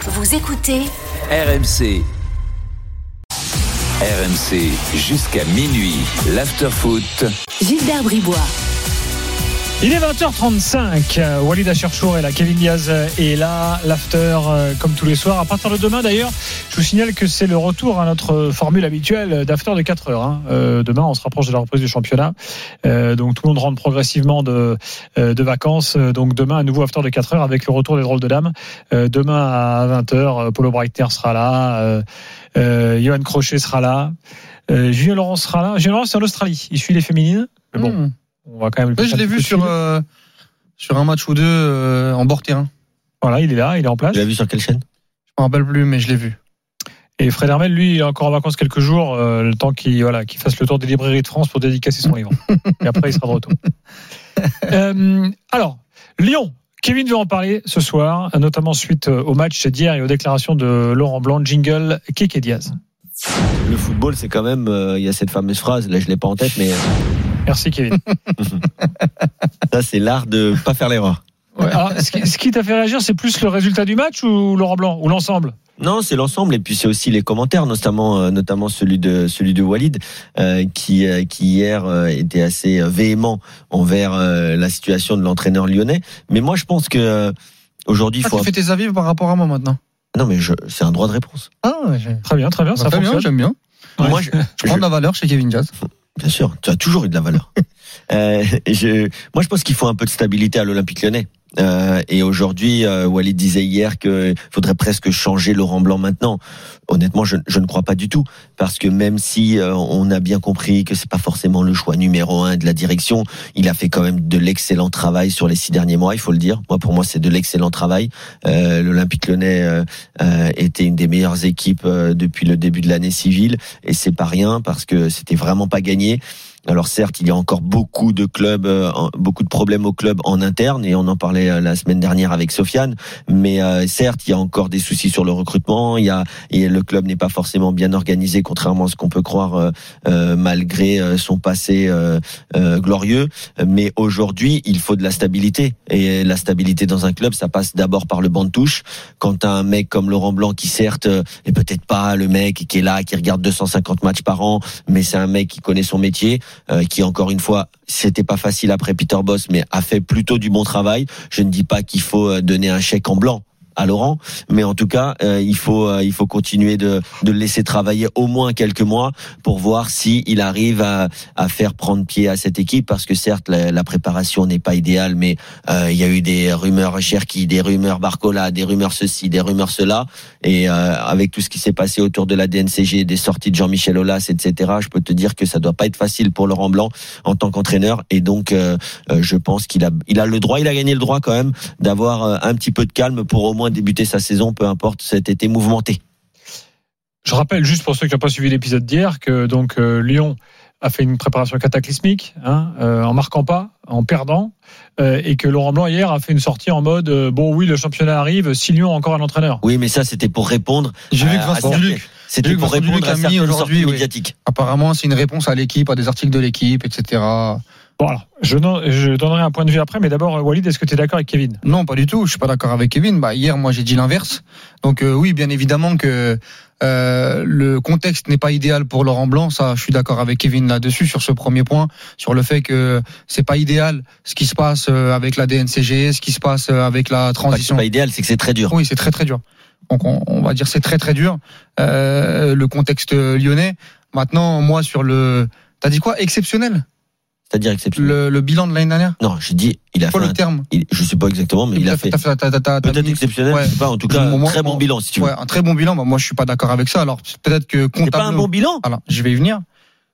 Vous écoutez RMC. RMC jusqu'à minuit. L'afterfoot. Gilbert Bribois. Il est 20h35. euh, Walid Acharchour est là, Kevin Diaz est là, l'after euh, comme tous les soirs. À partir de demain d'ailleurs, je vous signale que c'est le retour à notre formule habituelle d'after de 4 heures. hein. Euh, demain, on se rapproche de la reprise du championnat, Euh, donc tout le monde rentre progressivement de euh, de vacances. Euh, Donc demain, un nouveau after de 4 heures avec le retour des drôles de dames. Euh, demain à 20h, Paulo Breitner sera là, euh, euh, Johan Crochet sera là, euh, Julien Laurent sera là. Julien Laurent c'est en Australie, il suit les féminines. Mais bon, Mmh. on va quand même. lui Ouais, je passer l'ai un vu petit coup de sur, fil. euh, sur un match ou deux euh, en bord terrain. Voilà, il est là, il est en place. Tu l'as vu sur quelle chaîne Je me rappelle plus, mais je l'ai vu. Et Fred Hermel, lui, est encore en vacances quelques jours, euh, le temps qu'il voilà, qu'il fasse le tour des librairies de France pour dédicacer son livre. Et après, il sera de retour. Euh, alors, Lyon. Kevin veut en parler ce soir, notamment suite euh, au match d'hier et aux déclarations de Laurent Blanc, Jingle, Kike Diaz. Le football, c'est quand même. euh, Il y a cette fameuse phrase, là je l'ai pas en tête, mais euh, Merci Kevin. ça, c'est l'art de pas faire l'erreur. Alors, ce qui, ce qui t'a fait réagir, c'est plus le résultat du match ou Laurent Blanc ou l'ensemble Non, c'est l'ensemble et puis c'est aussi les commentaires, notamment euh, notamment celui de celui de Walid euh, qui euh, qui hier euh, était assez euh, véhément envers euh, la situation de l'entraîneur lyonnais. Mais moi, je pense que euh, aujourd'hui, il Ah, faut. tu fais tes avis par rapport à moi maintenant. Non, mais je... c'est un droit de réponse. Ah, ouais, j'ai- Très bien, très bien, Bah, ça très bien, fonctionne. j'aime bien. Ouais. Moi, je- Je prends je- de la valeur chez Kevin Jazz. Bien sûr, tu as toujours eu de la valeur. euh, je, moi, je pense qu'il faut un peu de stabilité à l'Olympique lyonnais. Euh, et aujourd'hui, euh, Walid disait hier qu'il faudrait presque changer Laurent Blanc maintenant. Honnêtement, je, je ne crois pas du tout, parce que même si euh, on a bien compris que c'est pas forcément le choix numéro un de la direction, il a fait quand même de l'excellent travail sur les six derniers mois. Il faut le dire. Moi, pour moi, c'est de l'excellent travail. Euh, L'Olympique Lyonnais euh, euh, était une des meilleures équipes euh, depuis le début de l'année civile, et c'est pas rien parce que c'était vraiment pas gagné. Alors certes, il y a encore beaucoup de clubs, euh, en- beaucoup de problèmes au club en interne, et on en parlait euh, la semaine dernière avec Sofiane. Mais euh, certes, il y a encore des soucis sur le recrutement. Il y a et le club n'est pas forcément bien organisé, contrairement à ce qu'on peut croire, euh, euh, malgré euh, son passé euh, euh, glorieux. Mais aujourd'hui, il faut de la stabilité, et la stabilité dans un club, ça passe d'abord par le banc de touche. Quand t'as un mec comme Laurent Blanc, qui certes euh, est peut-être pas le mec qui est là, qui regarde 250 matchs par an, mais c'est un mec qui connaît son métier euh, qui encore une fois, c'était pas facile après Peter Boss, mais a fait plutôt du bon travail. Je ne dis pas qu'il faut euh, donner un chèque en blanc à Laurent, mais en tout cas, euh, il faut euh, il faut continuer de de le laisser travailler au moins quelques mois pour voir si il arrive à à faire prendre pied à cette équipe parce que certes la, la préparation n'est pas idéale, mais euh, il y a eu des rumeurs Cherki, des rumeurs Barcola, des rumeurs ceci, des rumeurs cela, et euh, avec tout ce qui s'est passé autour de la DNCG, des sorties de Jean-Michel Aulas, etc. Je peux te dire que ça doit pas être facile pour Laurent Blanc en tant qu'entraîneur. Et donc, euh, euh, je pense qu'il a, il a le droit, il a gagné le droit quand même d'avoir euh, un petit peu de calme pour au moins débuter sa saison, peu importe cet été mouvementé. Je rappelle juste pour ceux qui n'ont pas suivi l'épisode d'hier que donc euh, Lyon a fait une préparation cataclysmique, hein, euh, en marquant pas, en perdant, euh, et que Laurent Blanc hier a fait une sortie en mode euh, bon oui le championnat arrive, si Lyon a encore un entraîneur. Oui, mais ça, c'était pour répondre. J'ai vu à- que Euh, à Vincent certaines- Duluc, C'était Luc pour Vincent répondre Duluc à a mis certaines aujourd'hui, sorties oui. médiatiques. apparemment, c'est une réponse à l'équipe, à des articles de l'équipe, etc. Bon alors, je, n'en- je donnerai un point de vue après, mais d'abord euh, Walid, est-ce que tu es d'accord avec Kevin Non, pas du tout. Je suis pas d'accord avec Kevin. Bah, hier, moi, j'ai dit l'inverse. Donc, euh, oui, bien évidemment que euh, le contexte n'est pas idéal pour Laurent Blanc. Ça, je suis d'accord avec Kevin là-dessus sur ce premier point, sur le fait que c'est pas idéal ce qui se passe euh, avec la DNCG, ce qui se passe euh, avec la Enfin, Bah, c'est transition. pas idéal, c'est que c'est très dur. Oui, c'est très très dur. Donc on, on va dire c'est très très dur euh, le contexte lyonnais. Maintenant, moi sur le, t'as dit quoi Exceptionnel C'est-à-dire exceptionnel. le, le bilan de l'année dernière. Non, je dis, il a fait. Quoi un- le terme il- je sais pas exactement, mais il a fait. T'as- t'as- t'as- t'as- t'as Peut-être mis- exceptionnel, Ouais. je sais pas. En tout cas, Moi, moi, très bon moi, bilan, si tu veux. Ouais, un très bon bilan. Bah, moi, je suis pas d'accord avec ça. Alors peut-être que C'est pas un comptablement, bon bilan. voilà, je vais y venir.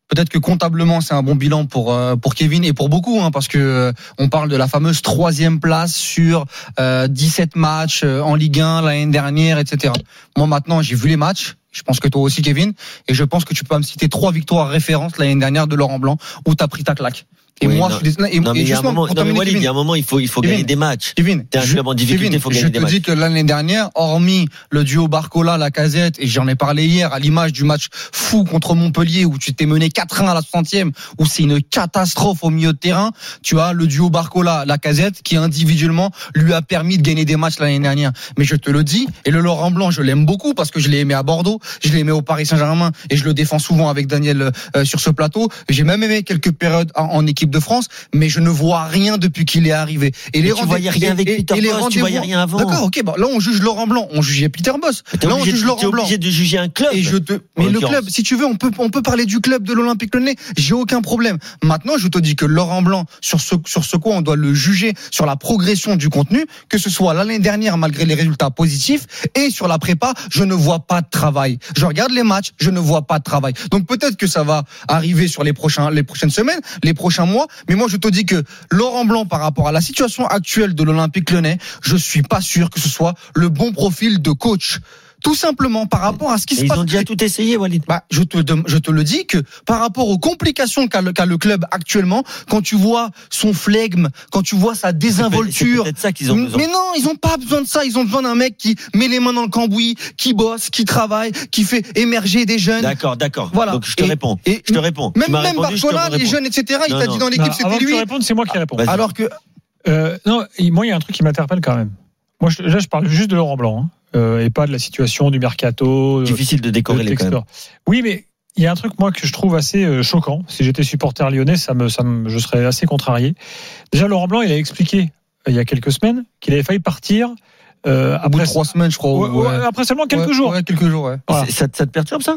Peut-être que comptablement, c'est un bon bilan pour euh, pour Kevin et pour beaucoup, hein, parce que euh, on parle de la fameuse troisième place sur euh, 17 matchs euh, en Ligue 1 l'année dernière, etc. Moi maintenant, j'ai vu les matchs. Je pense que toi aussi, Kevin, et je pense que tu peux me citer trois victoires références l'année dernière de Laurent Blanc où t'as pris ta claque. Et Oui, moi, non. je suis désolé. Et, Non, mais et il y a un justement, moment, pour non, mais terminer, Walid, Kevin, il y a un moment, il faut, il faut Kevin, gagner des matchs. Kevin, T'es un club en difficulté, Kevin, faut gagner je des te matchs. dis que l'année dernière, hormis le duo Barcola, la casette, et j'en ai parlé hier, à l'image du match fou contre Montpellier, où tu t'es mené 4-1 à la 60e, où c'est une catastrophe au milieu de terrain, tu as le duo Barcola, la casette, qui individuellement lui a permis de gagner des matchs l'année dernière. Mais je te le dis, et le Laurent Blanc, je l'aime beaucoup parce que je l'ai aimé à Bordeaux, je l'ai aimé au Paris Saint-Germain, et je le défends souvent avec Daniel euh, sur ce plateau. J'ai même aimé quelques périodes en, en équipe de France, mais je ne vois rien depuis qu'il est arrivé. Et Mais tu voyais rien avec Peter Bosz, tu voyais rien avant. D'accord, ok. Bon, là, on juge Laurent Blanc, on jugeait Peter Boss. T'es Là, on obligé, juge de- t'es Laurent Blanc. obligé de juger un club. Et je te, mais le l'occurrence. club, si tu veux, on peut, on peut parler du club de l'Olympique Lyonnais. J'ai aucun problème. Maintenant, je te dis que Laurent Blanc, sur ce, sur ce quoi on doit le juger, sur la progression du contenu, que ce soit l'année dernière malgré les résultats positifs et sur la prépa, je ne vois pas de travail. Je regarde les matchs, je ne vois pas de travail. Donc peut-être que ça va arriver sur les prochains, les prochaines semaines, les prochains mois. Mais moi, je te dis que Laurent Blanc, par rapport à la situation actuelle de l'Olympique Lyonnais, je suis pas sûr que ce soit le bon profil de coach. Tout simplement par rapport à ce qui Mais se ils passe. ont déjà tout essayé, Walid. Bah, je te, dem- je te le dis que par rapport aux complications qu'a le, qu'a le club actuellement, quand tu vois son flegme, quand tu vois sa C'est désinvolture, peut-être ça qu'ils ont besoin. mais non, ils ont pas besoin de ça. Ils ont besoin d'un mec qui met les mains dans le cambouis, qui bosse, qui travaille, qui fait émerger des jeunes. D'accord, d'accord. Voilà. Donc je te Et- réponds. et- je te réponds. Même, Tu m'as même répondu, je te Barcola, les réponds. jeunes, etc. Il Non, t'a non. dit dans l'équipe, Bah, avant c'était que tu lui. répondes, c'est moi qui réponds. Vas-y. Alors que Euh, non, il- moi, il y a un truc qui m'interpelle quand même. Moi, je, là, je parle juste de Laurent Blanc, hein, euh, et pas de la situation du mercato. euh, Difficile de décorer de les quand même. Textor. Oui, mais il y a un truc moi que je trouve assez euh, choquant. Si j'étais supporter lyonnais, ça me, ça me- je serais assez contrarié. Déjà, Laurent Blanc, il a expliqué euh, il y a quelques semaines qu'il avait failli partir euh, au bout de après, trois semaines, je crois. Ouais, ouais. ouais, après seulement quelques Ouais, jours. ouais, quelques jours. ouais. Voilà. C'est- Ça, te- ça te perturbe ça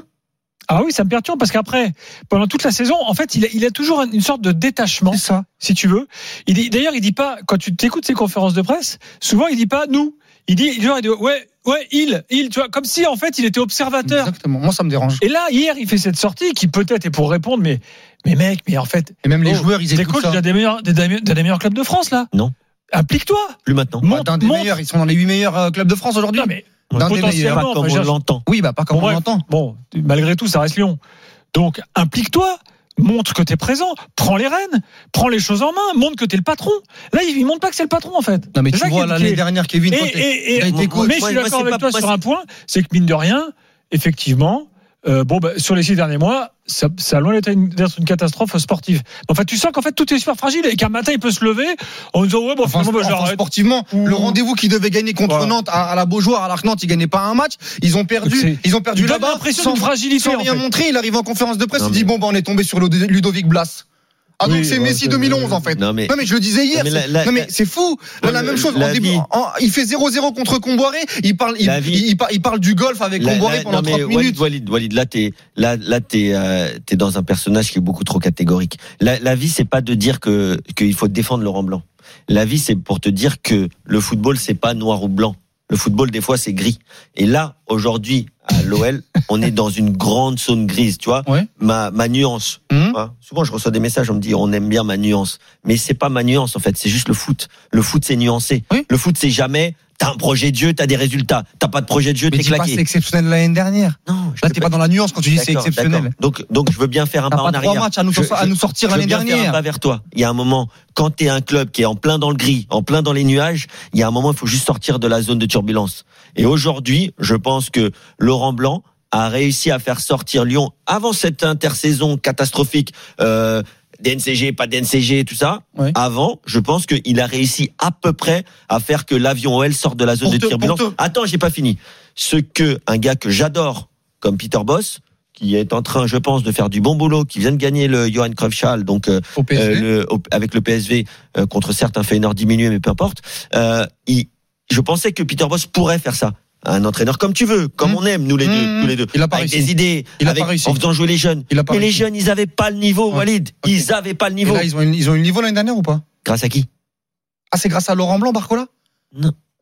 Ah oui, ça me perturbe parce qu'après, pendant toute la saison, en fait, il a, il a toujours une sorte de détachement, C'est ça. si tu veux. Il dit- D'ailleurs, il dit pas quand tu t'écoutes ses conférences de presse, souvent il dit pas nous. Il dit genre il dit, ouais ouais il il tu vois comme si en fait il était observateur. Exactement. Moi, ça me dérange. Et là, hier, il fait cette sortie qui peut-être est pour répondre, mais, mais mec, mais en fait, Et même les Oh, joueurs, ils t'es écoutent coach ça. d'un des meilleurs, des, des- des meilleurs clubs de France, là Non. Applique-toi Plus maintenant. Bah, Monte, D'un des monte. meilleurs. Ils sont dans les huit meilleurs euh, clubs de France aujourd'hui. Non, mais D'un des potentiellement, Pas meilleurs. comme enfin, on je- l'entend. Oui, bah pas comme Bon, on bref. l'entend. bon, malgré tout, ça reste Lyon. Donc, implique-toi Montre que t'es présent, prends les rênes, prends les choses en main, montre que t'es le patron. Là, il il montre pas que c'est le patron en fait. Non mais C'est tu ça vois qui est- qui l'année est- dernière Kevin, toi, Et- t'es- et- et- t'as été moi, coach. mais je moi, suis moi, d'accord c'est avec pas- toi moi, sur c'est- un point, c'est que mine de rien, effectivement, euh, bon, bah, sur les six derniers mois, ça, ça a loin d'être une, d'être une catastrophe sportive. En fait, tu sens qu'en fait tout est super fragile et qu'un matin il peut se lever en disant ouais bon Enfin, finalement bah, enfin, j'arrête. sportivement, Ouh. le rendez-vous qu'ils devaient gagner contre Voilà. Nantes à, à la Beaujoire, à l'Arc Nantes, ils gagnaient pas un match. Ils ont C'est- perdu. Ils ont perdu Tu donnes là-bas. l'impression sans- d'une fragilité, Sans en rien fait. montrer, il arrive en conférence de presse. Non, il dit mais- bon bah on est tombé sur Ludo- Ludovic Blas. Ah donc Oui, c'est bah, Messi c'est- 2011 en fait. Non mais Non mais je le disais hier. Non, mais la- c'est- la- non mais la- c'est fou. Là, la le- même chose. la en début, vie- en- il fait 0-0 contre Comboiré. Il parle, il, La vie- il- il par- il parle du golf avec Là- Comboiré là- pendant non, mais 30 minutes. Walid, Walid, Walid, là t'es là là t'es euh, t'es dans un personnage qui est beaucoup trop catégorique. La, la vie c'est pas de dire que qu'il faut défendre Laurent Blanc. La vie c'est pour te dire que le football c'est pas noir ou blanc. Le football des fois c'est gris. Et là aujourd'hui à l'OL on est dans une grande zone grise. Tu vois Ouais. ma ma nuance. Mhm. hein. Souvent je reçois des messages on me dit on aime bien ma nuance, mais c'est pas ma nuance en fait. C'est juste le foot. Le foot c'est nuancé. Oui. Le foot c'est jamais T'as un projet de jeu, t'as des résultats. T'as pas de projet de jeu, Mais t'es dis pas claqué. c'est exceptionnel l'année dernière. Non, je Là te t'es pas- pas dans la nuance quand tu dis c'est D'accord, exceptionnel. d'accord. Donc, donc je veux bien faire un T'as pas en pas trois arrière. matchs à nous, Je- à je- nous sortir je veux l'année bien faire un dernière. pas vers toi. Il y a un moment, quand tu es un club qui est en plein dans le gris, en plein dans les nuages, il y a un moment, il faut juste sortir de la zone de turbulence. Et aujourd'hui, je pense que Laurent Blanc a réussi à faire sortir Lyon avant cette intersaison catastrophique. Euh, DNCG, pas DNCG, tout ça. Ouais. Avant, je pense qu'il a réussi à peu près à faire que l'avion OL sorte de la zone Pour de te- turbulence. pour te- Attends, j'ai pas fini. Ce que un gars que j'adore, comme Peter Boss, qui est en train, je pense, de faire du bon boulot, qui vient de gagner le Johan Cruyff Schall, donc euh, Au PSG. euh, le- au- avec le PSV euh, contre certes un Feyenoord diminué, mais peu importe. Euh, il- je pensais que Peter Boss pourrait faire ça. Un entraîneur comme tu veux, comme Mmh. on aime nous les deux, Mmh. tous les deux. Il a pas avec réussi. des idées, Il a avec- pas réussi. en faisant jouer les jeunes. Il a pas mais les réussi. jeunes, ils avaient pas le niveau, Ouais. Walid. Ok. Ils avaient pas le Et niveau. là, ils ont, eu- ils ont eu le niveau l'année dernière ou pas Grâce à qui Ah, c'est grâce à Laurent Blanc, Barcola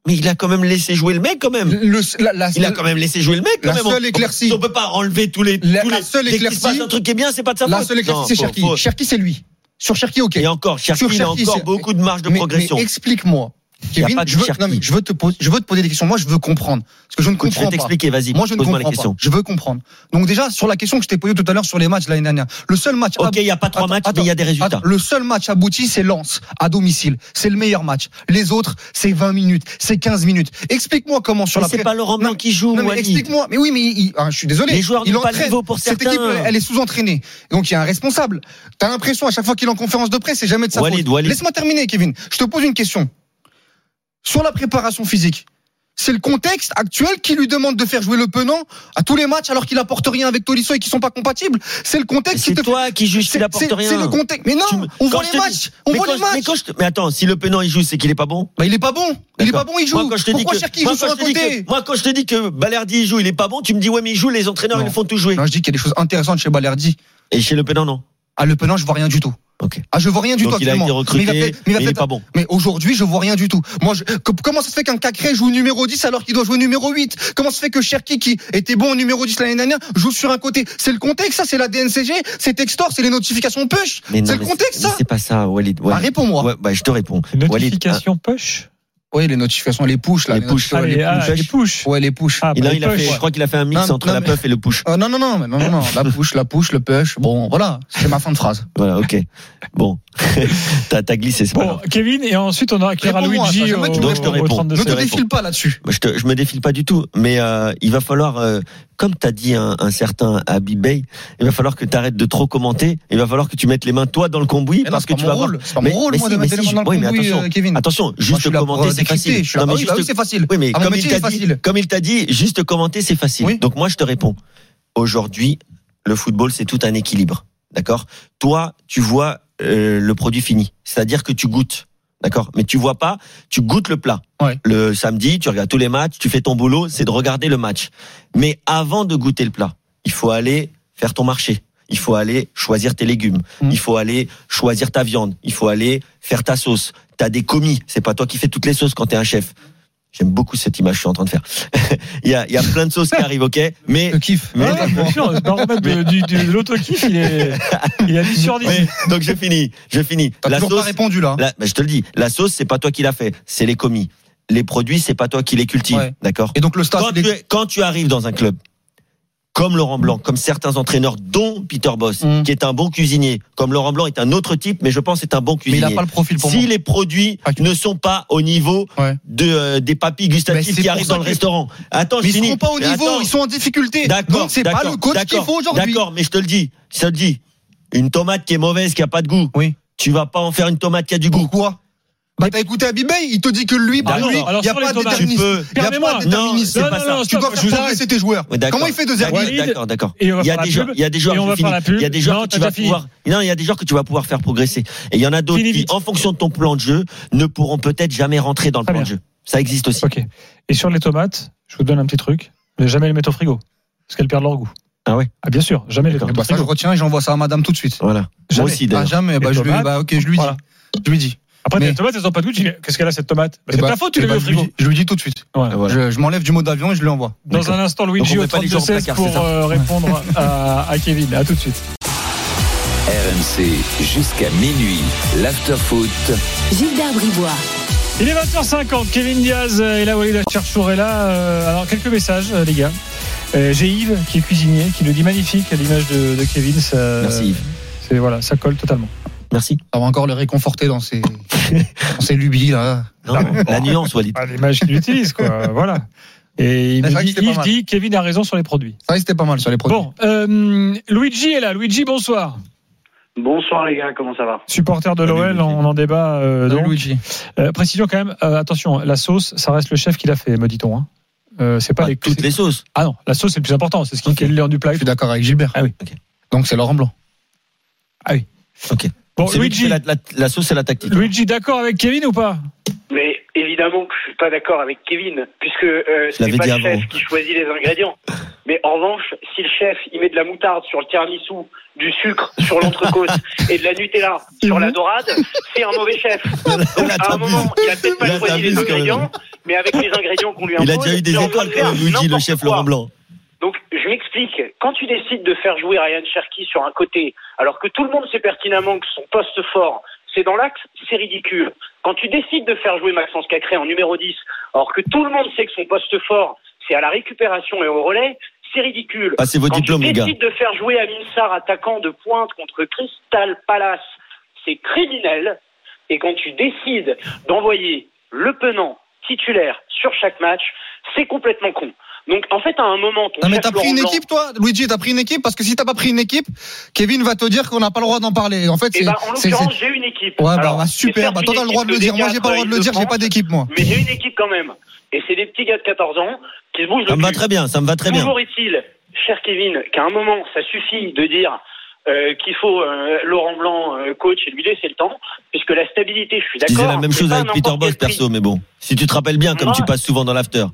Mais il a quand même laissé jouer le mec, quand même. Le- la, la- Il a quand même laissé jouer le mec. quand La même. seule On- éclaircie. On peut pas enlever tous les. La- tous la les- seule dès qu'il se éclaircie. passe Un truc qui est bien, c'est pas de sa la faute. seule éclaircie, Non, c'est faut- Cherki. faut- Cherki, c'est lui. Sur Cherki, ok. Et encore, Cherki, Sur il a Cherki, encore c'est- beaucoup de marge de Mais- progression. mais explique-moi y a Kevin, pas de je veux, Cherki. non, mais je veux te poser, je veux te poser des questions. Moi, je veux comprendre. Parce que je ne Je vais comprends pas. t'expliquer, vas-y. Moi, je ne comprends pose-moi la pas. question. Je veux comprendre. Donc, déjà, sur la question que je t'ai posée tout à l'heure sur les matchs de l'année dernière. Le seul match. Ok, il n'y a pas trois Attends, matchs, attends, mais il y a des résultats. Attends, Le seul match abouti, c'est Lens, à domicile. C'est le meilleur match. Les autres, c'est 20 minutes, c'est 15 minutes. Explique-moi comment sur Mais la c'est pré- pas Laurent Blanc Non, qui joue, non, mais Wally. explique-moi. Mais oui, mais il- ah, je suis désolé. Les joueurs Il n'ont pas le entraîne. niveau pour Cette certains. équipe, elle est sous-entraînée. Donc il y a un responsable. T'as l'impression à chaque fois qu'il est en conférence de presse, c'est jamais de sa Walid, faute. Walid. Laisse-moi terminer, Kevin. Je te pose une question. Sur la préparation physique, c'est le contexte actuel qui lui demande de faire jouer le penant à tous les matchs alors qu'il apporte rien avec Tolisso et qui sont pas compatibles. C'est le contexte qui C'est te toi qui juge c'est s'il apporte c'est- rien. c'est le contexte. Mais non, Tu me- on quand voit je les te matchs. dis- On mais voit quand les je- mais matchs. quand je te- Mais attends, si le Penant il joue, c'est qu'il est pas bon. Bah, il est pas bon. Il est pas D'accord. bon, il joue. Moi, quand je te dis Pourquoi que- Cherki moi, joue sur quand un je te dis côté que- Moi, quand je te dis que Balerdi il joue, il est pas bon, tu me dis ouais, mais il joue, les entraîneurs Non. ils le font tout jouer. Non, je dis qu'il y a des choses intéressantes chez Balerdi. Et chez Le Penant non. À Ah, Le Penant, je vois rien du tout. Ok. Ah, je vois rien du Donc tout. il a été actuellement. Mais recruté, il a fait- mais il a mais il fait- est pas bon. Mais aujourd'hui, je vois rien du tout. Moi, je- co- comment ça se fait qu'un Cacré joue numéro 10 alors qu'il doit jouer numéro 8 Comment ça se fait que Cherki, qui était bon au numéro 10 l'année dernière, joue sur un côté C'est le contexte, ça, c'est la DNCG, c'est Textor, c'est les notifications push. Mais non, C'est le mais contexte, mais ça C'est pas ça, Walid. Bah, Walid. réponds-moi. Ouais, bah, je te réponds. Walid, hein, Notification push Oui, les notifications, les push, là. Les push. notifications, Ah, les, ah, les push. push Ouais, les push. Ah, il bah, a- les il a fait- push. je crois qu'il a fait un mix Non, entre non, la mais- puff et le push. Euh, non, non, non, mais non, non, non, la push, la push, le push. Bon, voilà, c'est ma fin de phrase. Voilà, ok. Bon, t'as t'as glissé, c'est pas Bon, grave. Kevin, et ensuite on aura Chiara Réponds-moi à ça, Luigi au, j'aimerais que tu me au répondes. 32. Ne te vrai, défile pas là-dessus. Moi, Je, te- je me défile pas du tout, mais euh, il va falloir, euh, comme t'as dit un, un certain Abi Bey, il va falloir que t'arrêtes de trop commenter. Il va falloir que tu mettes les mains toi dans le cambouis Mais non, parce Eh ben, c'est pas que tu mon vas voir. rôle, c'est pas mon rôle, moi, de mettre les mains dans le oui, mais cambouis, attention, euh, Kevin. Attention, Moi, je suis juste là pour, commenter, euh, c'est décrypter, facile. je suis là- Non, mais Ah oui, bah juste- oui, c'est facile. Oui, mais Ah, mon comme, il métier t'a est dit, facile. comme il t'a dit, juste commenter, c'est facile. Oui. Donc moi, je te réponds. Aujourd'hui, le football, c'est tout un équilibre. D'accord Toi, tu vois euh, le produit fini. C'est-à-dire que tu goûtes. D'accord Mais tu vois pas, tu goûtes le plat. Ouais. Le samedi, tu regardes tous les matchs, tu fais ton boulot, c'est de regarder le match. Mais avant de goûter le plat, il faut aller faire ton marché. Il faut aller choisir tes légumes. Mhm. Il faut aller choisir ta viande. Il faut aller faire ta sauce. T'as des commis. C'est pas toi qui fais toutes les sauces quand t'es un chef. J'aime beaucoup cette image que je suis en train de faire. il, y a, il y a plein de sauces qui arrivent, ok Mais Je kiffe. Mais- Ouais, ouais, bien sûr, ce baromètre de, du, du- de l'autokiff, il est, il est à 10 sur 10. mais- donc je finis, je finis. T'as La toujours pas sauce, répondu hein. là. la- bah, je te le dis, la sauce c'est pas toi qui l'a fait, c'est les commis. Les produits c'est pas toi qui les cultive, Ouais. d'accord Et donc le staff, quand, il est- tu es- quand tu arrives dans un club, comme Laurent Blanc, comme certains entraîneurs, dont Peter Boss, Mm. qui est un bon cuisinier, comme Laurent Blanc est un autre type, mais je pense est un bon mais il cuisinier. a pas le profil pour si moi. les produits Ah, tu- ne sont pas au niveau Ouais. de, euh, des papilles Mais gustatives c'est qui pour arrivent ça dans le que- restaurant. Attends, Mais je ils finis. seront pas au Mais niveau, attends. ils sont en difficulté. D'accord. Donc c'est pas d'accord, le coach qu'il d'accord, faut aujourd'hui. D'accord, mais je te le dis, je te le dis. Une tomate qui est mauvaise, qui a pas de goût. Oui. Tu vas pas en faire une tomate qui a du goût. Pourquoi Bah t'as écouté Abibé, il te dit que lui, par D'accord. lui, Alors, il y a sur les pas de tomates, Tu déterminisme. peux. Il y a Permets-moi. pas de Non, déterminisme. c'est Non, pas non, non, Tu ça. dois stop, je faire vous progresser arrête. tes joueurs. Ouais, d'accord. Comment il fait deux D'accord, erreurs Walid, D'accord, d'accord. Et on va Il y a faire la des joueurs, pub. il y a des joueurs, Et on je va finis. faire la pub. Il y a des joueurs Non, que t'as- tu vas t'as fini. pouvoir. Non, il y a des joueurs que tu vas pouvoir faire progresser. Et il y en a d'autres Fini qui, vite. en fonction de ton plan de jeu, ne pourront peut-être jamais rentrer dans le Très plan de bien. jeu. Ça existe aussi. Ok. Et sur les tomates, je vous donne un petit truc. Ne jamais les mettre au frigo. Parce qu'elles perdent leur goût. Ah ouais. Ah bien sûr, jamais les D'accord. mettre au Bah ça je frigo. retiens et j'envoie ça à madame tout de suite. Voilà. Moi Jamais. aussi Ah d'ailleurs. jamais, bah Les je lui tomates. bah OK, je lui dis. Voilà. Je lui dis. Après, Mais- les tomates, elles ont pas de goût. tu dis, Qu'est-ce qu'elle a cette tomate Bah, Et Eh C'est bah- ta faute, tu et l'as mis bah, au je lui frigo. dis- Je lui dis tout de suite. Ouais. Voilà. Je, je m'enlève du mot d'avion et je lui envoie. Dans un instant, Luigi Donc, on au met pas les gens au 32-16 placard, c'est pour ça euh, répondre à, à Kevin. À tout de suite. RMC jusqu'à minuit, l'afterfoot. Gilles Darbrivois. Il est 20h50. Kevin Diaz euh, et là, Walid Acharchour est là. Euh, Alors, quelques messages, euh, les gars. Euh, J'ai Yves qui est cuisinier, qui le dit magnifique à l'image de, de Kevin. Ça, euh, Merci. Yves. c'est- Voilà, ça colle totalement. Merci. Ça va encore le réconforter dans ses dans ses lubies là. Non, la nuance, Walid. Ah, L'image qu'il utilise, quoi. voilà. Et il Bah, me C'est vrai que dit, c'était pas Yves mal. dit Kevin a raison sur les produits. Ça c'était pas mal sur les produits. Bon, euh, Luigi est là. Luigi, bonsoir. Bonsoir les gars, comment ça va Supporter de Salut, l'OL, Luigi. on en débat. euh, Salut, donc. Luigi. Euh, précision quand même, euh, attention, la sauce, ça reste le chef qui l'a fait, me dit-on. hein. Euh, c'est pas Pas les toutes les sauces. Ah non, la sauce c'est le plus important, c'est ce qui Ok. fait le leurre du plat. Je suis d'accord avec Gilbert. Ah oui. Ok. Donc c'est Laurent Blanc. Bon, C'est lui qui Luigi, fait la, la- la sauce, c'est la tactique. Luigi, d'accord avec Kevin ou pas Mais évidemment que je suis pas d'accord avec Kevin, puisque euh, c'est l'avais pas dit le chef avant. qui choisit les ingrédients. Mais en revanche, si le chef il met de la moutarde sur le tiramisu, du sucre sur l'entrecôte et de la Nutella sur Mhm. la dorade, c'est un mauvais chef. Donc, Là, à un t'abuses. moment, il a peut-être pas Là, choisi les t'abuses quand même. ingrédients, mais avec les ingrédients qu'on lui impose, Il a déjà eu des est en train étoiles, de quand faire même, Luigi, le n'importe chef quoi. Laurent Blanc. Donc, je m'explique. Quand tu décides de faire jouer Ryan Cherky sur un côté, alors que tout le monde sait pertinemment que son poste fort, c'est dans l'axe, c'est ridicule. Quand tu décides de faire jouer Maxence Cacré en numéro 10, alors que tout le monde sait que son poste fort, c'est à la récupération et au relais, c'est ridicule. Passez vos Quand diplômes, tu les gars. décides de faire jouer Amin Sarr attaquant de pointe contre Crystal Palace, c'est criminel. Et quand tu décides d'envoyer le penant titulaire sur chaque match, c'est complètement con. Donc en fait, à un moment, ton Non mais chef t'as pris Laurent une Blanc- équipe toi, Luigi, t'as pris une équipe parce que si t'as pas pris une équipe, Kevin va te dire qu'on n'a pas le droit d'en parler. En fait, Eh c'est ben, en c'est- l'occurrence, c'est- j'ai une équipe. ouais Alors, bah, bah, super. certes Bah une toi t'as le droit de le équipe dire. Moi j'ai pas le droit de le dire. J'ai pas D4, d'équipe moi. Mais j'ai une équipe quand même. Et c'est des petits gars de 14 ans qui se bougent le Ah, bah, Ça me va cul. très bien, ça me va très bien. Toujours est-il, cher Kevin, qu'à un moment, ça suffit de dire euh, qu'il faut euh, Laurent Blanc, euh, coach, et lui laisser le temps, puisque la stabilité, je suis Je d'accord. disais la même c'est chose pas avec Peter n'importe Boss, quel prix. perso, mais bon. Si tu te rappelles bien, comme Moi- tu passes souvent dans l'after,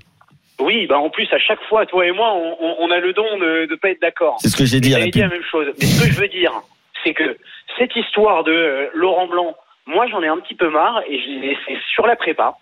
Oui, bah en plus, à chaque fois, toi et moi, on, on- on a le don de ne pas être d'accord. c'est ce que j'ai dit à la J'avais dit la pub. même chose. Mais ce que je veux dire, c'est que cette histoire de euh, Laurent Blanc, moi j'en ai un petit peu marre et j'ai- c'est sur la prépa.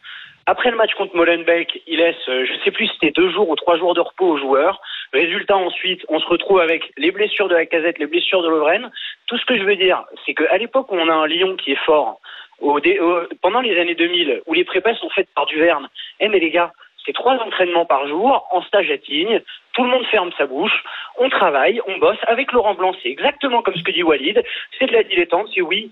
Après le match contre Molenbeek, il laisse, euh, je sais plus si c'était deux jours ou trois jours de repos aux joueurs. Résultat ensuite, on se retrouve avec les blessures de la casette, les blessures de Lovren. Tout ce que je veux dire, c'est qu'à l'époque où on a un Lyon qui est fort, au dé- au- pendant les années 2000, où les prépas sont faites par Duverne, eh mais les gars, c'est trois entraînements par jour, en stage à Tignes, tout le monde ferme sa bouche, on travaille, on bosse. Avec Laurent Blanc, c'est exactement comme ce que dit Walid. C'est de la dilettante, c'est oui.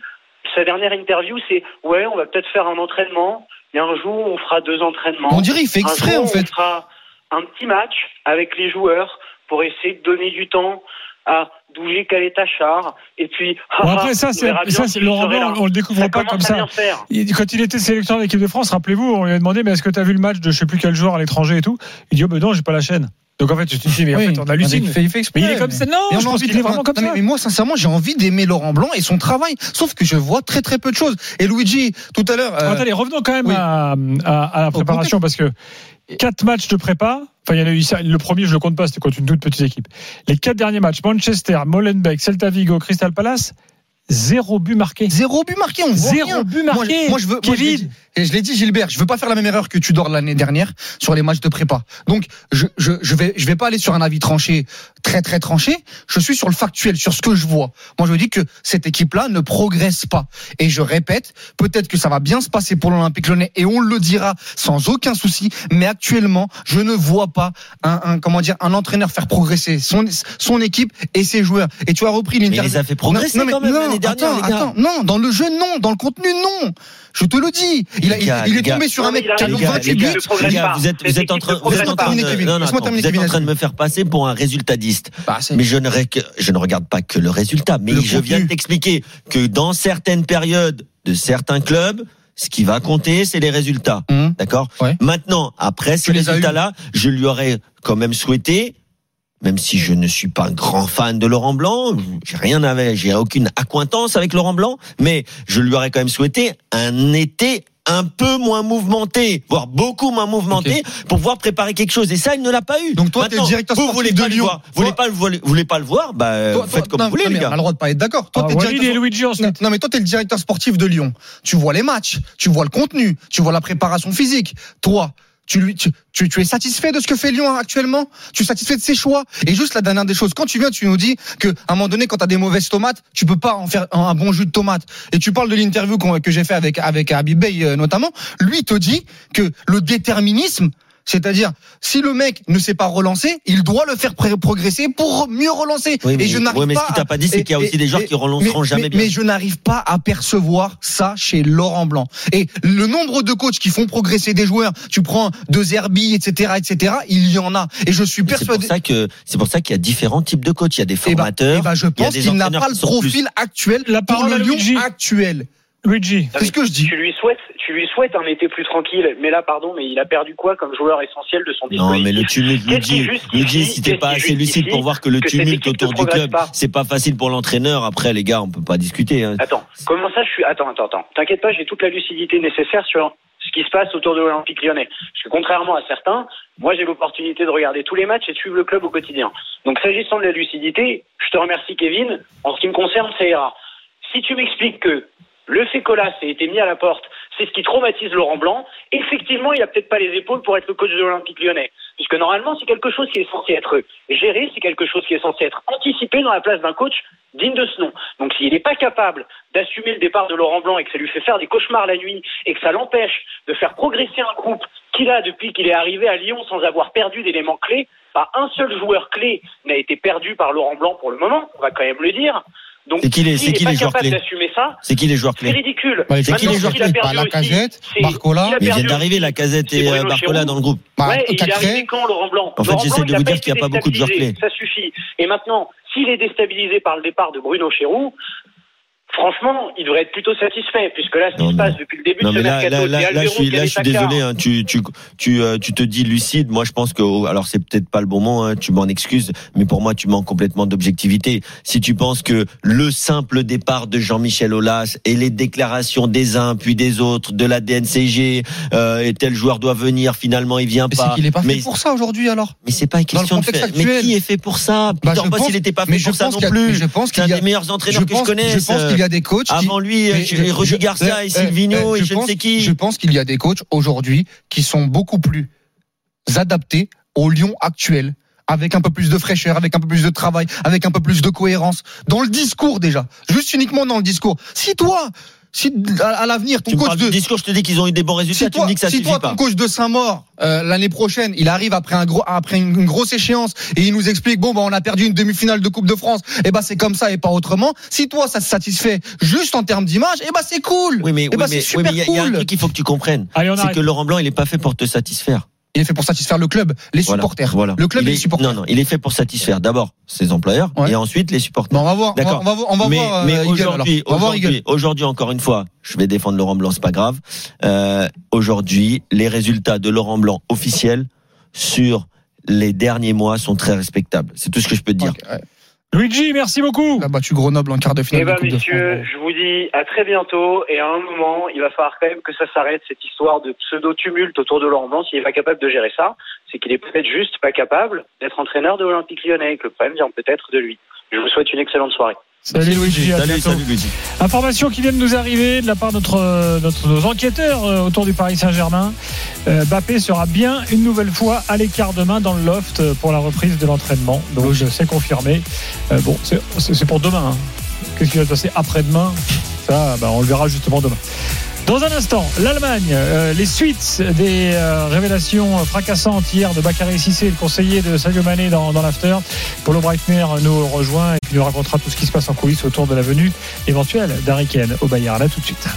Sa dernière interview, c'est ouais, on va peut-être faire un entraînement. Il y a un jour, on fera deux entraînements. On dirait il fait Un exprès jour, en fait. On fera un petit match avec les joueurs pour essayer de donner du temps à Dougé Calétachard. Et puis, ah, Bon, ah, après, ça, on c'est verra bien ça, si c'est je Laurent serai Blanc, là. on le découvre pas commence comme à ça. bien faire. Il- Quand il était sélectionneur de l'équipe de France, rappelez-vous, on lui a demandé mais est-ce que tu as vu le match de je sais plus quel joueur à l'étranger et tout Il dit oh ben non, j'ai pas la chaîne. Donc en fait, je te dis mais en Oui. fait, on hallucine. Il fait- il fait exprès, Mais il est comme ça. Non, Et on je a pense envie qu'il de- est vraiment comme Non, mais- ça. Mais moi, sincèrement, j'ai envie d'aimer Laurent Blanc et son travail. Sauf que je vois très très peu de choses. Et Luigi, tout à l'heure, euh, Bon, Attendez, revenons quand même oui. à, à- à la préparation parce que quatre matchs de prépa. Enfin, il y en a eu ça. Le premier, je le compte pas, c'était contre une toute petite équipe. Les quatre derniers matchs Manchester, Molenbeek, Celta Vigo, Crystal Palace, zéro but marqué. zéro but marqué. On voit rien. Zéro but Moi, marqué. je- moi, je veux- moi, je l'ai Kevin. dit- et je l'ai dit, Gilbert, je veux pas faire la même erreur que Tudor l'année dernière sur les matchs de prépa. Donc, je, je, je vais, je vais pas aller sur un avis tranché, très très tranché. Je suis sur le factuel, sur ce que je vois. Moi, je me dis que cette équipe-là ne progresse pas. Et je répète, peut-être que ça va bien se passer pour l'Olympique Lyonnais et on le dira sans aucun souci. Mais actuellement, je ne vois pas un, un- comment dire, un entraîneur faire progresser son, son équipe et ses joueurs. Et tu as repris Mais il l'interview. les a fait progresser Non, non, quand mais même l'année non, dernière, attends, les gars. attends, non, dans le jeu, non, dans le contenu, non. Je te le dis. Il, a- Les gars, il- il les est tombé gars. sur un Non, mais mec il a qui a Les raison, gars, Cette les 28 gars, équipe buts. ne progresse les gars, pas. vous êtes, vous Cette êtes en équipe train, vous ne êtes progresse en pas. train de, Laisse-moi terminer, non, non, Kevin, laisse-moi attends, terminer, vous êtes en Kevin, train de me faire passer pour un résultat diste. Bah, c'est- Mais je ne, ré- que- je ne regarde pas que le résultat, mais Le je viens de contenu. t'expliquer que dans certaines périodes de certains clubs, ce qui va compter, c'est les résultats. Hum. D'accord Ouais. Maintenant, après ces Tu les as eus. résultats-là, je lui aurais quand même souhaité, même si je ne suis pas un grand fan de Laurent Blanc, j'ai rien avec, j'ai aucune acquaintance avec Laurent Blanc, mais je lui aurais quand même souhaité un été un peu moins mouvementé, voire beaucoup moins mouvementé, pour pouvoir préparer quelque chose. Et ça, il ne l'a pas eu. Donc toi, t'es Maintenant, le directeur vous sportif voulez de pas le Lyon. voir, Vous voulez Toi- pas le, vous voulez pas le voir, bah, Toi- faites toi- comme non, vous voulez, non, les mais On a gars. le droit de pas être d'accord. Toi, Ah, t'es Walid et directeur- Luigi ensuite. Non, non, mais toi, t'es le directeur sportif de Lyon. Tu vois les matchs, tu vois le contenu, tu vois la préparation physique. Toi, tu, lui- tu, tu, tu es satisfait de ce que fait Lyon actuellement Tu es satisfait de ses choix Et juste la dernière des choses, quand tu viens, tu nous dis que à un moment donné, quand tu as des mauvaises tomates, tu peux pas en faire un, un bon jus de tomate. Et tu parles de l'interview qu'on- que j'ai fait avec avec Habib Bey euh, notamment. Lui il te dit que le déterminisme, c'est-à-dire si le mec ne s'est pas relancé, il doit le faire pré- progresser pour mieux relancer. Oui, mais- et je n'arrive oui, mais ce pas qu'il t'a à- pas dit, c'est et- qu'il y a et- aussi des joueurs et- qui relanceront mais- jamais mais- bien. mais je n'arrive pas à percevoir ça chez Laurent Blanc. Et le nombre de coachs qui font progresser des joueurs, tu prends deux Zerbi, etc., etc., il y en a. Et je suis Mais C'est pour persuadé. ça que c'est pour ça qu'il y a différents types de coachs. Il y a des Eh ben- formateurs. eh ben, je il y a pense des qu'il n'a entraîneurs pas qui le sont plus- Ah profil actuel La pour parole le à Lyon Luigi. actuel. Luigi, C'est ce que je dis. Tu lui souhaites, tu lui souhaites un été plus tranquille. Mais là, pardon, mais il a perdu quoi comme joueur essentiel de son Non, dispositif mais le tumulte, Qu'est-ce qui Luigi, justifie- Luigi, si t'es qu'est-ce pas qui assez lucide justifie pour voir que le que cette tumulte équipe ne autour du progresse club, pas Ah. c'est pas facile pour l'entraîneur. Après, les gars, on peut pas discuter. hein. Attends, comment ça je suis. Attends, attends, attends. T'inquiète pas, j'ai toute la lucidité nécessaire sur ce qui se passe autour de l'Olympique lyonnais. Parce que contrairement à certains, moi j'ai l'opportunité de regarder tous les matchs et de suivre le club au quotidien. Donc s'agissant de la lucidité, je te remercie Kevin. En ce qui me concerne, ça ira. Si tu m'expliques que le fait Colas ait été mis à la porte, c'est ce qui traumatise Laurent Blanc, effectivement, il a peut-être pas les épaules pour être le coach de l'Olympique lyonnais. Puisque normalement, c'est quelque chose qui est censé être géré, c'est quelque chose qui est censé être anticipé dans la place d'un coach digne de ce nom. Donc s'il n'est pas capable d'assumer le départ de Laurent Blanc et que ça lui fait faire des cauchemars la nuit et que ça l'empêche de faire progresser un groupe qu'il a depuis qu'il est arrivé à Lyon sans avoir perdu d'éléments clés, pas un seul joueur clé n'a été perdu par Laurent Blanc pour le moment, on va quand même le dire. Donc C'est qui les- c'est s'il qui n'est pas les joueurs capable clés d'assumer ça, C'est qui les joueurs c'est clés ridicule. Bah, c'est qui les Maintenant, joueurs qu'il a clés perdu Bah, aussi, Lacazette, c'est- Barcola. il a Mais ils perdu viennent d'arriver, la casette et C'est euh, Bruno Barcola Giroud. dans le groupe. Bah, ouais, et il est Cacré, arrivé quand Laurent Blanc En fait, Laurent j'essaie Blanc, de il vous dire été qu'il n'y a pas beaucoup de joueurs déstabilisé, Ça suffit. Et maintenant, s'il est déstabilisé par le départ de Bruno Chéroux, franchement, il devrait être plutôt satisfait, puisque là, ce qui Non, se mais- passe depuis le début Non de mais ce là, mercato, là, là, c'est là, je Alvero, suis, là, je suis Caleta. désolé. hein. tu, tu, tu, euh, tu te dis lucide. Moi, je pense que, oh, alors, c'est peut-être pas le bon moment. hein, tu m'en excuses, mais pour moi, tu manques complètement d'objectivité. Si tu penses que le simple départ de Jean-Michel Aulas et les déclarations des uns puis des autres de la DNCG euh, et tel joueur doit venir, finalement, il vient Mais c'est pas. qu'il n'est pas fait mais pour ça aujourd'hui alors. mais c'est pas une Dans le question de contexte fait. Mais actuel. qui est fait pour ça Bah, Peter je Boss, pense- il n'était pas fait mais pour je ça pense non qu'il y a- mais plus. je pense C'est qu'il un y a- des meilleurs entraîneurs je que je pense, connaisse. je pense euh, qu'il y a des coachs qui, Avant lui, Mais euh, je- Rudy je- Garcia eh, et eh, Silvino eh, et je je ne pense- sais qui. Je pense qu'il y a des coachs aujourd'hui qui sont beaucoup plus adaptés au Lyon actuel. Avec un peu plus de fraîcheur, avec un peu plus de travail, avec un peu plus de cohérence. Dans le discours, déjà. Juste uniquement dans le discours. Si toi, si à à l'avenir, ton Tu me coach parles de, du discours, je te dis qu'ils ont eu des bons résultats, si tu me toi, dis que ça si suffit toi, pas. ton coach de Saint-Maur euh, l'année prochaine, il arrive après un gros après une, une grosse échéance et il nous explique bon bah on a perdu une demi-finale de Coupe de France, et bah c'est comme ça et pas autrement. Si toi ça te satisfait juste en termes d'image, et bah c'est cool. Oui, mais Eh oui, ben, mais- c'est oui, mais super il y a- il y a un cool. truc qu'il faut que tu comprennes. Allez, on C'est arrête. que Laurent Blanc, il n'est pas fait pour te satisfaire. Il est fait pour satisfaire le club, les Voilà, supporters. Voilà. Le club il et les supporters. Non, non, il est fait pour satisfaire d'abord ses employeurs Ouais. et ensuite les supporters. Bon, on va voir, on va, D'accord. on va voir, on va mais, voir, euh, mais Eagle, alors. aujourd'hui, On va voir Eagle. aujourd'hui, aujourd'hui, encore une fois, je vais défendre Laurent Blanc, c'est pas grave. Euh, aujourd'hui, les résultats de Laurent Blanc officiels sur les derniers mois sont très respectables. C'est tout ce que je peux te dire. Ok, ouais. Luigi, merci beaucoup. On a battu Grenoble en quart de finale. Eh de ben, Coupe de messieurs, France. je vous dis à très bientôt. Et à un moment, il va falloir quand même que ça s'arrête, cette histoire de pseudo-tumulte autour de Laurent Blanc. S'il n'est pas capable de gérer ça, c'est qu'il est peut-être juste pas capable d'être entraîneur de l'Olympique lyonnais, et que le problème vient peut-être de lui. Je vous souhaite une excellente soirée. Salut Luigi, à Salut, bientôt. salut, Luigi. Information qui vient de nous arriver de la part de notre, euh, notre- nos enquêteurs euh, autour du Paris Saint-Germain. Euh, Mbappé sera bien une nouvelle fois à l'écart demain dans le loft euh, pour la reprise de l'entraînement. Donc je sais confirmé. Euh, bon, c'est- c'est c'est pour demain. hein. Qu'est-ce qui va se passer après-demain Ça, bah, on le verra justement demain. Dans un instant, l'Allemagne, euh, les suites des euh, révélations fracassantes hier de Bakary Sissé, le conseiller de Sadio Mané dans, dans l'after. Paulo Breitner nous rejoint et puis nous racontera tout ce qui se passe en coulisses autour de la venue éventuelle d'Harry Kane au Bayern. À tout de suite.